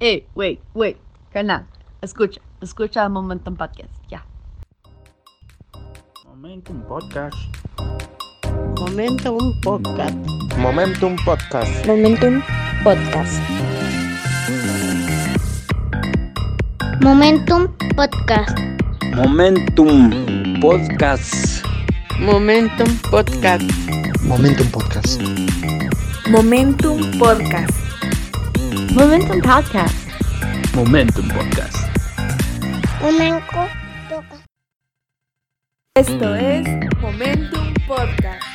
eh, güey, güey, carnal, escucha, escucha Momentum Podcast, ya. Momentum Podcast. Momento un podcast. Momentum Podcast. Momentum Podcast. Momentum Podcast. Momentum Podcast. Momentum podcast. Momentum Podcast. Momentum Podcast. Momentum Podcast. Momentum Podcast. Momentum Podcast. Esto es Momentum Podcast.